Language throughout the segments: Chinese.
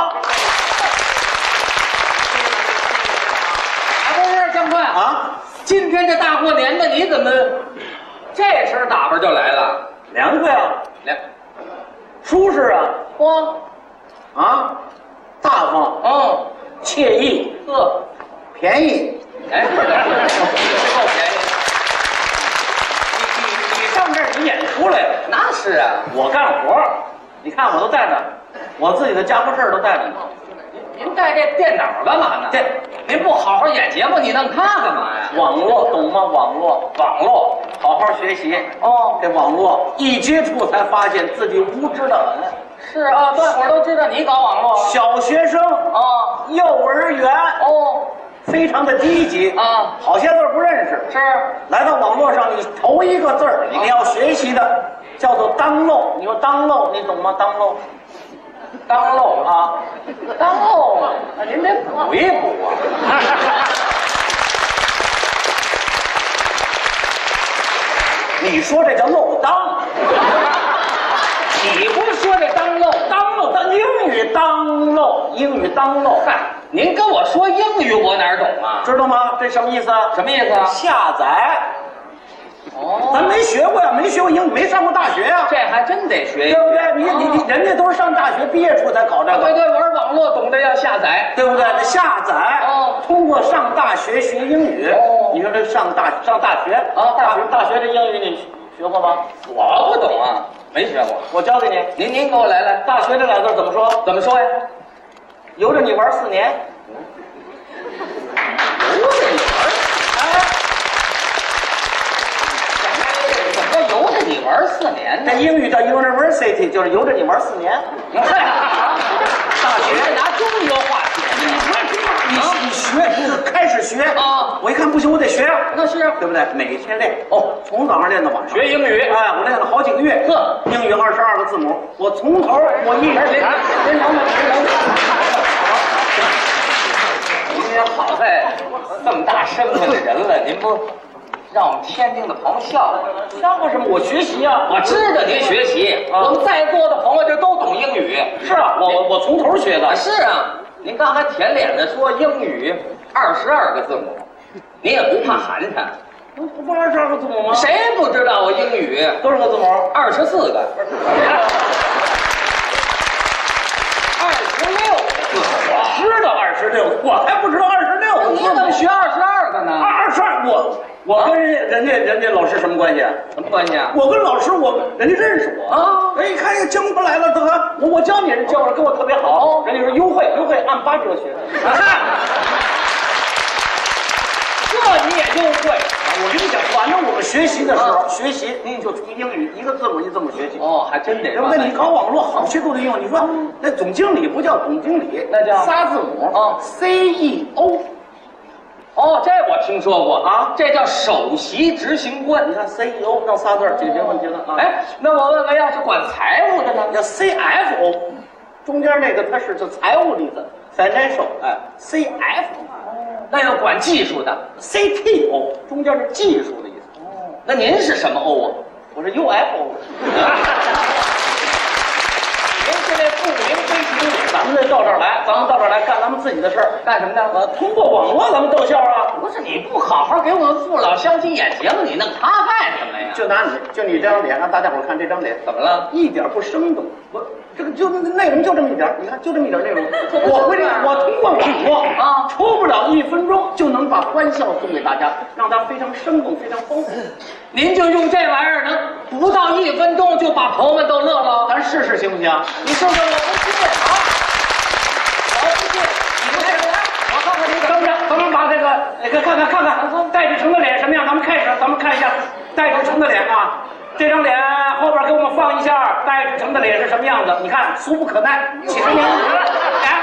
啊啊这大过年的，你怎么这身打扮就来了？凉快啊，来，舒适啊，嚯，啊，大方，哦，惬意，呵，便宜。哎，够便宜，你上这儿你演出来了，那是啊，我干活儿，你看我都带着，我自己的家伙事儿都带着呢。您您带这电脑干嘛呢？这您不好好演节目，你弄它干嘛呀？网络懂吗？网络，网络，好好学习。哦，这网络一接触才发现自己无知的很。是啊，大伙儿都知道你搞网络了。小学生，啊，幼儿园，哦，非常的低级啊好些字儿不认识。是，来到网络上，你头一个字儿你要学习的叫做当漏，你说当漏你懂吗？当漏当漏啊，啊，当漏嘛，那您得补一补啊。你说这叫漏当，你不是说这当漏当当漏当英语当漏，英语当漏，嗨，您跟我说英语，我哪儿懂啊？知道吗？这什么意思啊？什么意思啊？下载，咱哦，没学过呀，没学过英语，没上过大学呀，这还真得学。对不对？你你你，人家都是上大学毕业处才搞这啊，对个，对，玩网络懂得要下载。对不对？那下载哦，通过上大学学英语哦，你说这上大上大学啊大学大学这英语你学过吗？我不懂啊，没学过。我教给你。您您给我来来，大学这俩字怎么说？怎么说呀？由着你玩四年。不是你玩儿，怎么由着你玩儿四年呢那？英语叫 university，就是由着你玩四年。哎 大学拿中国话写你你学，你开始学啊我一看不行，我得学呀，那是对不对？每天练哦，从早上练到晚上。学英语哎，我练了好几个月。呵，啊英语二十二个字母，我从头我一直别别等等您也好在这么大身份的人了，您不让我们天津的朋友笑话？笑话什么？我学习啊，我知道您学习，啊我们在座的朋友这都懂英语。是啊，我我我从头学的啊，。是啊，您刚才舔脸的说英语二十二个字母，你也不怕寒碜？不不不二十二个字母吗？谁不知道我英语啊多少个字母？二十四个？二十六个字母啊？知道二十六，我还不知道二十六那个你字怎么母。学二十二个呢？二二十二，我我跟人家人家人家老师什么关系？什么关系啊？我跟老师我们人家认识我啊哎，看这江波来了，得我我教你，人教授跟我特别好，人家说优惠优惠，按八折学。啊 这你也就会？我跟你讲，反正我们学习的时候，啊学习嗯就从英语一个字母一个字母学习，哦，还真得对不对？你搞网络好些都得用。你说那总经理不嗯叫总经理，那叫仨字母啊，C E O。哦，这我听说过啊这叫首席执行官你。看 C E O 弄仨字儿解决问题了啊。哎，那我问问，要是管财务的呢？叫 CFO，中间那个它是叫财务的意思，financial，哎，CFO，CTO，那要管技术的，中间是技术的意思。那您是什么 O 啊？ 我是 UFO，您是那不明飞行员 咱们这到这儿来，咱们到这儿来干咱们自己的事儿，干什么的？哦呃，通过网络咱们逗笑啊。不是你不好好给我们父老乡亲演节目，你弄他干什么呀？就拿你就你这张脸，让大家伙儿看这张脸，怎么了？一点不生动，我这个就内容就这么一点儿，你看就这么一点儿内 容这不。是我会这这样我通过网络啊出不了一分钟就能把欢笑送给大家，让它非常生动，非常丰 富。您就用这玩意儿，能不到一分钟就把朋友们都乐了。咱试试行不行？你试试，我不信啊！我不信，你不信来，我看看你怎咱么们着。咱们把这个那个看看看看戴志成的脸什么样？咱们开始，咱们看一下戴志成的脸啊。这张脸后边给我们放一下戴志成的脸是什么样子？你看俗不可耐，起成名哎，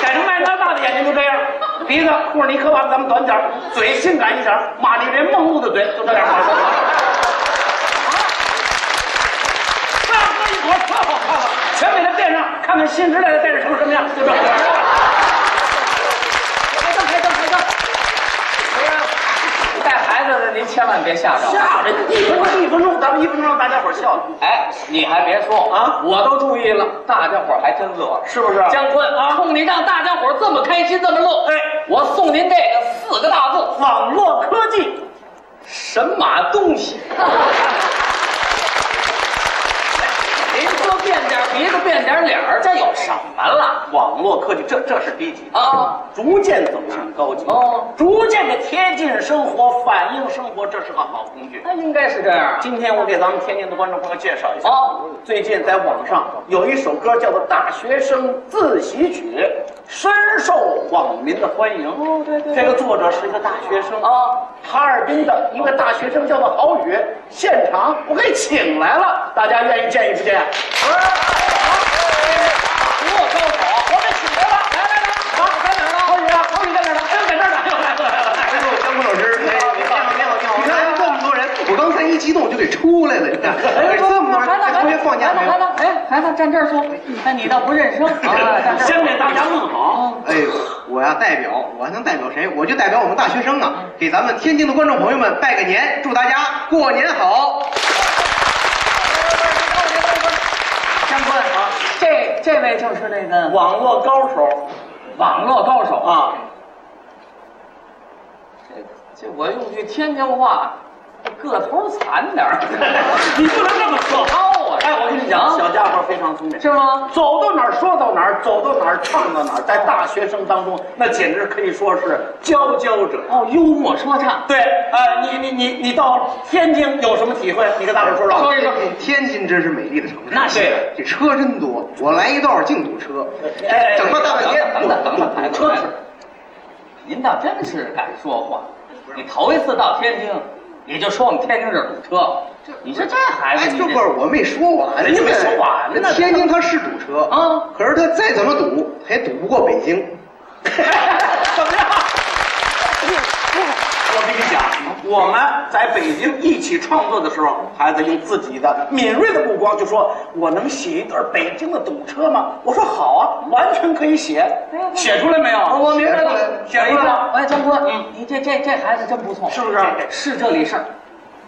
改成麦当娜的眼睛就这样，鼻子护着尼科娃，咱们短点儿，嘴性感一点儿，玛丽莲梦露的嘴就这样好看了。上这一坨太好看了，全给它垫上，看看新时代的戴志成什么样，就这么回事儿。开灯，开灯，开灯。带孩子的您千万别吓着。吓人！一分钟一分钟，咱们一分钟让大家伙儿笑了，哎，你还别说啊我都注意了，大家伙儿还真乐。是不是？姜昆啊冲你让大家伙儿这么开心，这么乐。哎，我送您这个四个大字：网络科技神马东 西。您多变点鼻子，变点脸儿，这有什么了网络科技，这这是低级的，啊？逐渐走向高级，哦，逐渐的贴近生活，反映生活，这是个好工具。那应该是这样。今天我给咱们天津的观众朋友介绍一下，哦最近在网上有一首歌叫做《大学生自习曲》，深受网民的欢迎。哦对对对这个作者是一个大学生，啊，哈尔滨的一个大学生叫做郝宇，现场我给请来了，大家愿意见一不见？不过高手，我给请来了，来来来，郝宇在哪呢？郝宇啊，郝宇在哪呢？哎，在这儿呢。哎呦，张坤老师，哎，你好，你好，你好！你你看看这这么么多人，我刚才一激动就给出来了，你看，这么多人，孩子，同学放假没孩子，孩子，哎，孩子站这儿说，那你倒不认生啊？站这儿先给大家问啊好，哎呦，我要代表，我还能代表谁？我就代表我们大学生啊，给咱们天津的观众朋友们拜个年，祝大家过年好！张坤啊，这这位就是那个网络高手网络高手啊。 啊，这我用句天津话，个头惨点儿， 你不能这么说。高啊！哎，我跟你讲，小家伙非常聪明。是吗？走到哪儿说到哪儿，走到哪儿唱到哪儿，在大学生当中，那简直可以说是佼佼者。哦，幽默说唱，对，呃，你你你你到天津有什么体会？你跟大伙儿说说。说一说。天津真是美丽的城市，那是这车真多，我来一道净堵车，哎整个大半天等等等等，堵等车等，您倒真是敢说话。你头一次到天津，你就说我们天津这儿堵车，你说这孩子，哎，你这会儿我没说完，人家没说完呢那天津它是堵车啊，可是它再怎么堵，也堵不过北京。怎么 样？我跟你讲，我们在北京一起创作的时候，孩子用自己的敏锐的目光就说：“我能写一段北京的堵车吗？”我说：“好啊，完全可以写。”写出来没有？我明白了，了写出来了。哎，张哥，你这这这孩子真不错，是不是是这里事儿，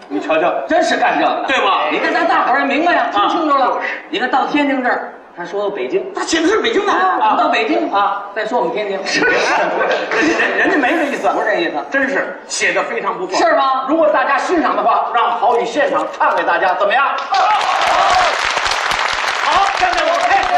你瞧瞧，真是干这个的，对吧你看咱大伙儿也明白呀，听啊清楚了。你看到天津这儿，他说北京，他写的是北京的啊，我们到啊，北京啊，再说我们天津，是人人家没这意思，不是这意思？真是写的非常不错，是吗如果大家欣赏的话，让郝宇现场唱给大家，怎么样？好，现在我开始。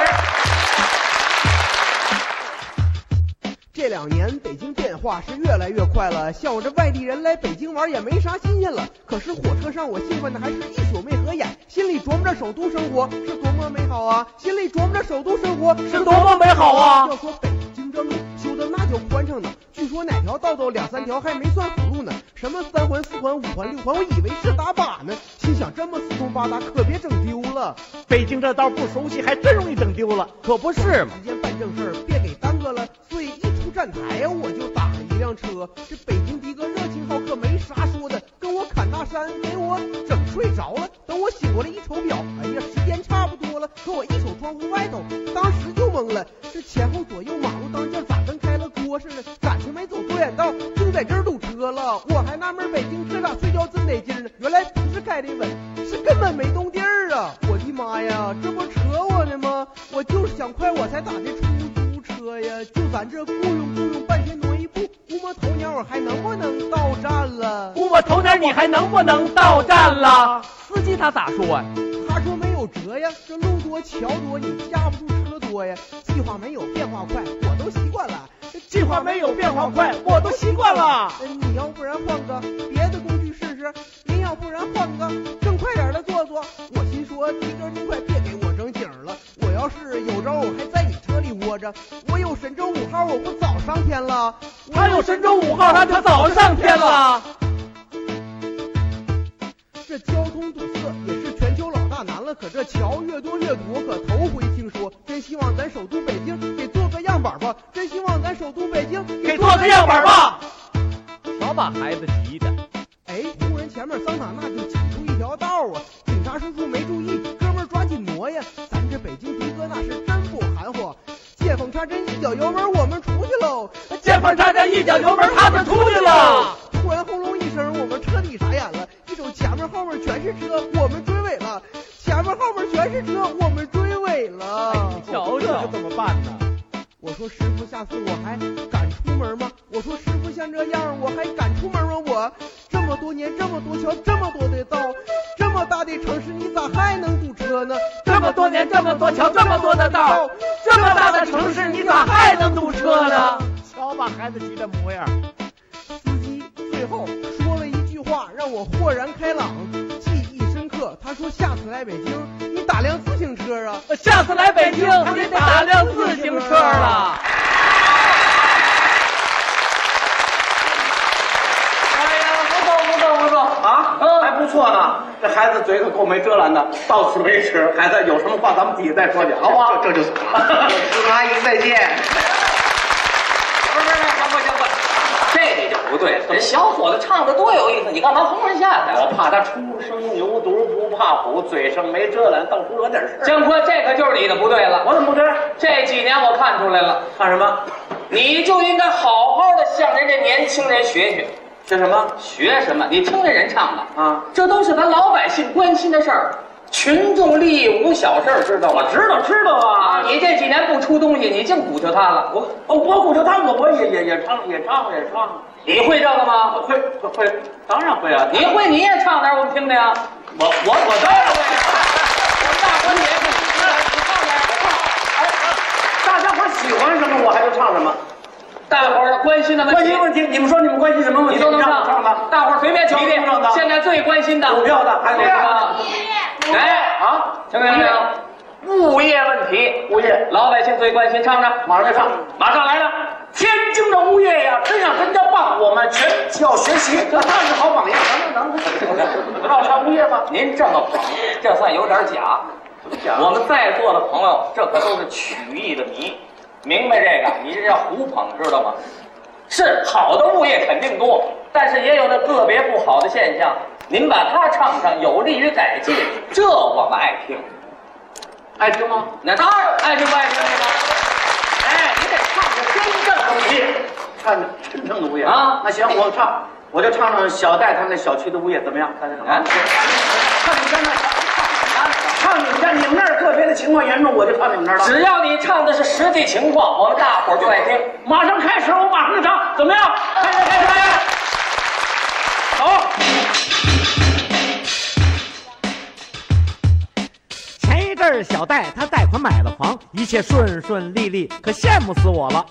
这两年北京变化是越来越快了，想着外地人来北京玩也没啥新鲜了。可是火车上我兴奋的还是一宿没合眼，心里琢磨着首都生活是多么美好啊，心里琢磨着首都生活是多么美好啊。要说北京这路修的那就宽敞呢，据说哪条道都两三条还没算辅路呢，什么三环、四环、五环、六环，我以为是打靶呢，心想这么四通八达可别整丢了。北京这道不熟悉，还真容易整丢了，可不是嘛？时间办正事儿，别给耽搁了。所以一出站台呀，我就打了一辆车。这北京的哥热情好客，没啥说的，跟我侃大山，给我整睡着了。等我醒过来一瞅表，哎呀，时间差不多了。可我一瞅窗户外头，当时就懵了。这前后左右马路当间咋跟开了锅似的？感情没走多远道，竟在这儿堵车了。我还纳闷北京这咋睡觉真得劲儿呢？原来不是开的稳，是根本没动地儿啊！我的妈呀，这不扯我呢吗？我就是想快，我才打的出租车呀！就咱这雇佣雇佣半天挪一步，估摸头鸟我还能不能到站了？估摸头点你还能不能到站了？司机他咋说啊？他说没有辙呀，这路多桥多，你架不住车多呀。计划没有变化快，我都习惯了。这计划没有变化快，我都习惯了。呃你要不然换个别的工具试试，您要不然换个更快点儿的做做。我心说，迪哥真快，别给我整景儿了。我要是有招儿，我还在你车里窝着。我有神州五号，我不早上天了。我他有神州五号，他他早上天了。这交通堵塞也是全球老大难了，可这桥越多越堵，我可头回听说。真希望咱首都北京给做个样板吧，真希望咱首都北京给做个样板吧。瞧把孩子急的，哎，突然前面桑塔纳就挤出一条道啊！警察叔叔没注意，哥们儿抓紧挪呀！咱这北京迪哥那是真不含糊，见缝插针一脚油门我们出去喽！见缝插针一脚油门他们出去了。突然轰隆一声，我们彻底傻眼了，一瞅前面后面全是车，我们追尾了；前面后面全是车，我们追尾了。瞧瞧，怎么办呢？我说师傅，下次我还敢出门吗？我说师傅像这样，我还敢出门吗？我这么多年，这么多桥，这么多的道，这么大的城市，你咋还能堵车呢？这么多年，这么多桥，这么多的道，这么大的城市，你咋还能堵车呢？瞧把孩子急的模样，司机最后说了一句话，让我豁然开朗，记忆深刻。他说：“下次来北京，你打辆自行车啊。”下次来北京，你打辆自行车啊了。哎呀，不错不错不错嗯啊，还不错呢。这孩子嘴可够没遮拦的，到此为止。孩子有什么话咱们自己再说去，好不好？这就妥了。叔叔阿姨再见。不是不是，行不行不，这你就不对了。人小伙子唱的多有意思，你干嘛哼哼下去？我怕他初生牛犊不怕虎，嘴上没遮拦，到处惹点事儿。姜昆，这可就是你的不对了。我怎么不知？这几年我看出来了，看什么？你就应该好好的向人家年轻人学学。这什么？学什么？你听着人唱的啊，这都是咱老百姓关心的事儿，群众利益无小事儿，知道吗？知道知道啊啊！，你这几年不出东西，你净鼓捣它了。我哦，我鼓着他，我我也也也唱也唱也唱，你会这个吗？会会会，当然会啊！你会你也唱点儿我们听听呀。我我我当然会啊。我们大关节，你唱点儿。大家伙儿喜欢什么我还就唱什么。大伙儿关心的问关题心，问题，你们说你们关心什么问你题？都能让唱我唱吧。大伙儿随便举例能唱的，现在最关心的股票的还有对啊什么哎，啊？听没有？听没有？物业问题，物业老百姓最关心，唱着，马上就唱。马上来了。天津的物业呀，真想跟家棒，我们全要学习，那是好榜样。咱们咱们，不让我唱物业吗？您这么捧，这算有点假。我们在座的朋友，这可都是曲艺的迷，明白这个？你这叫胡捧，知道吗？是好的物业肯定多，但是也有那个别不好的现象。您把它唱上，有利于改进，这我们爱听。爱听吗？那当然爱听不爱听这个？哎，你得唱个真正的物业，看真正的物业啊那行，我唱，我就唱唱小戴他们那小区的物业怎么样？大家怎么啊样？！哎看你们家那，看你们家，你们那儿个别的情况严重，我就唱你们那儿了。只要你唱的是实际情况，我们大伙儿就爱听。马上开始，我马上就唱，怎么样？开始，开始，开始。走。前一阵儿小戴他贷款买了房，一切顺顺利利，可羡慕死我了。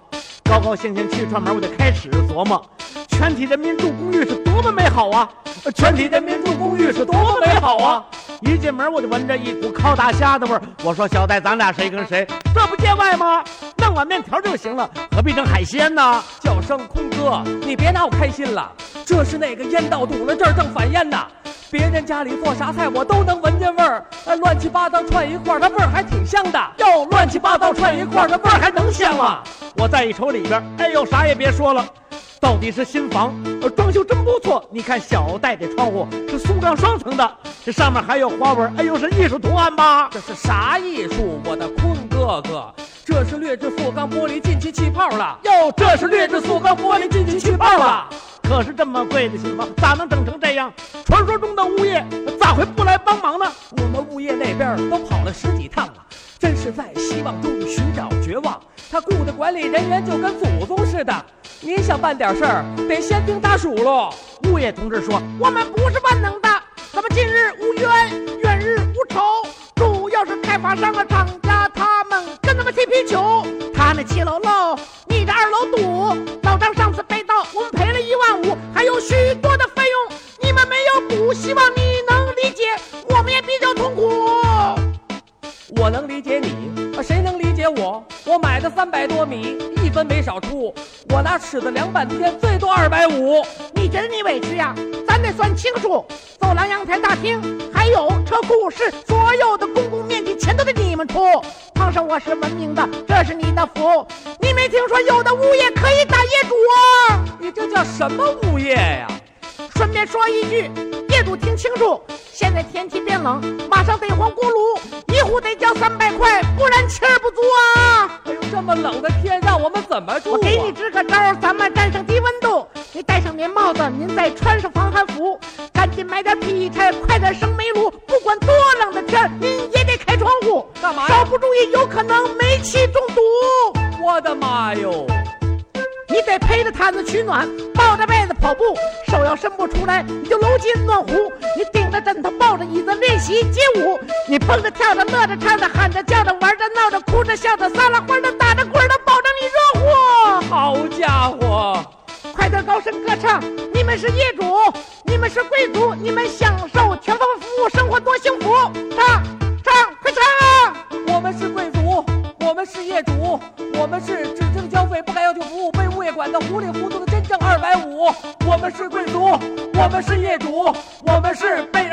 高高兴兴去串门，我就开始琢磨，全体人民住公寓是多么美好啊！呃全体人民住公寓是多么美好啊！一进门我就闻着一股烤大虾的味儿，我说小戴，咱俩谁跟谁？这不见外吗？弄碗面条就行了，何必整海鲜呢？叫声坤哥，你别拿我开心了，这是那个烟道堵了这儿正反烟呢。别人家里做啥菜我都能闻见味儿，哎，乱七八糟串一块儿，那味儿还挺香的。哟，乱七八糟串一块儿，那味儿还能香吗？啊我再一瞅里边，哎呦，啥也别说了，到底是新房，呃，装修真不错。你看小戴这窗户是松钢双层的，这上面还有花纹，哎呦，是艺术图案吧？这是啥艺术，我的坤哥哥？这是劣质塑钢玻璃进气气泡了。哟，这是劣质塑钢玻璃进气气泡了。可是这么贵的新房，咋能整成这样？传说中的物业咋会不来帮忙呢？我们物业那边儿都跑了十几趟了，真是在希望中寻找绝望。他雇的管理人员就跟祖宗似的，您想办点事儿，得先兵打鼠喽。物业同志说，我们不是万能的，咱们近日无冤，远日无仇，主要是开发商和啊厂家他们跟咱们踢皮球。他那七楼漏，你这二楼堵，老张上次被盗，我们赔了一万五，还有许多的费用，你们没有补，希望你能理解，我们也比较痛苦。我能理解你，啊，谁能理解我？我买的三百多米，一分没少出，我拿尺子量半天，最多二百五。你觉得你委屈呀、咱得算清楚，走廊、阳台、大厅，还有车库室，所有的公共面积全都得你们出。碰上我是文明的，这是你的福。你没听说有的物业可以打业主啊？你这叫什么物业呀、顺便说一句，业主听清楚，现在天气变冷，马上得换锅炉，一户得交三百块，不然气儿不足啊。哎呦，这么冷的天，让我们怎么住、啊？我给你支个招儿，咱们战胜低温度。您戴上棉帽子，您再穿上防寒服，赶紧买点劈柴，快点生煤炉。不管多冷的天儿，您也得开窗户，干嘛呀稍不注意，有可能煤气中毒。我的妈哟！你你得披着毯子取暖，抱着被子跑步，手要伸不出来，你就搂巾暖壶，你顶着枕头抱着椅子练习街舞，你蹦着跳着乐着唱着喊着叫着玩着闹着哭着笑着撒了欢的打着滚的保证你热乎。好家伙，快乐高声歌唱，你们是业主，你们是贵族，你们享受全方位服务，生活多幸福！唱唱，快唱！我们是贵族，我们是业主，我们是只听消费不敢要求服务，被物业管得糊里糊涂的真正二百五。我们是贵族，我们是业主，我们是被